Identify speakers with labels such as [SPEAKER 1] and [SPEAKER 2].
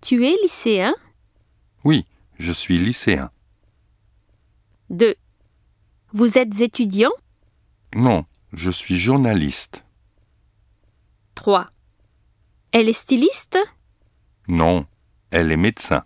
[SPEAKER 1] Tu es lycéen
[SPEAKER 2] Oui, je suis lycéen.
[SPEAKER 1] 2. Vous êtes étudiant
[SPEAKER 2] Non, je suis journaliste.
[SPEAKER 1] 3. Elle est styliste
[SPEAKER 2] Non, elle est médecin.